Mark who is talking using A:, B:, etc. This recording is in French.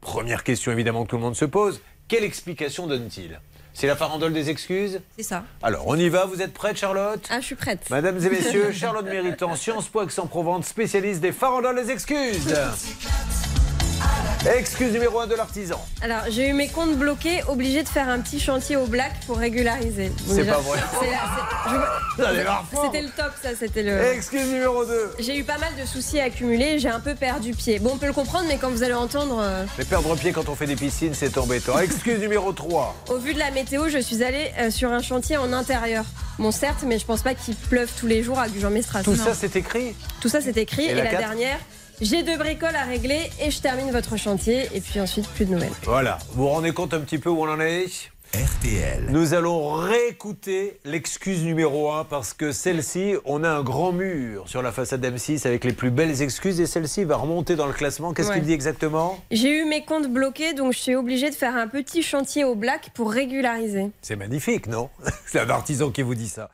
A: Première question évidemment que tout le monde se pose, quelle explication donne-t-il C'est la farandole des excuses
B: C'est ça.
A: Alors on y va, vous êtes prête Charlotte
B: Ah, je suis prête.
A: Mesdames et messieurs, Charlotte Méritant, Sciences Po Aix-en-Provence, spécialiste des farandoles des excuses. Excuse numéro 1 de l'artisan.
B: Alors, j'ai eu mes comptes bloqués, obligé de faire un petit chantier au black pour régulariser. Donc
A: C'est
B: déjà,
A: pas vrai.
B: c'est la- c'est- je veux-
A: Ça démarre fort.
B: C'était le top, ça, c'était le.
A: Excuse numéro 2.
B: J'ai eu pas mal de soucis à accumuler, j'ai un peu perdu pied. Bon, on peut le comprendre, mais quand vous allez entendre, euh,
A: Mais perdre pied quand on fait des piscines, c'est embêtant. Excuse numéro 3.
B: au vu de la météo, je suis allée euh, sur un chantier en intérieur. Bon, certes, mais je pense pas qu'il pleuve tous les jours à Gujan-Mestras.
A: Tout
B: Non.
A: ça, c'est écrit
B: Tout ça, c'est écrit.
A: Et
B: Et,
A: la
B: la,
A: quatre
B: dernière, j'ai deux bricoles à régler et je termine votre chantier. Et puis ensuite, plus de nouvelles.
A: Voilà. Vous vous rendez compte un petit peu où on en est
C: RTL.
A: Nous allons réécouter l'excuse numéro 1 parce que celle-ci, on a un grand mur sur la façade d'M6 avec les plus belles excuses et celle-ci va remonter dans le classement. Qu'est-ce
B: Ouais.
A: qu'il dit exactement
B: J'ai eu mes comptes bloqués, donc je suis obligée de faire un petit chantier au black pour régulariser.
A: C'est magnifique, non C'est un artisan qui vous dit ça.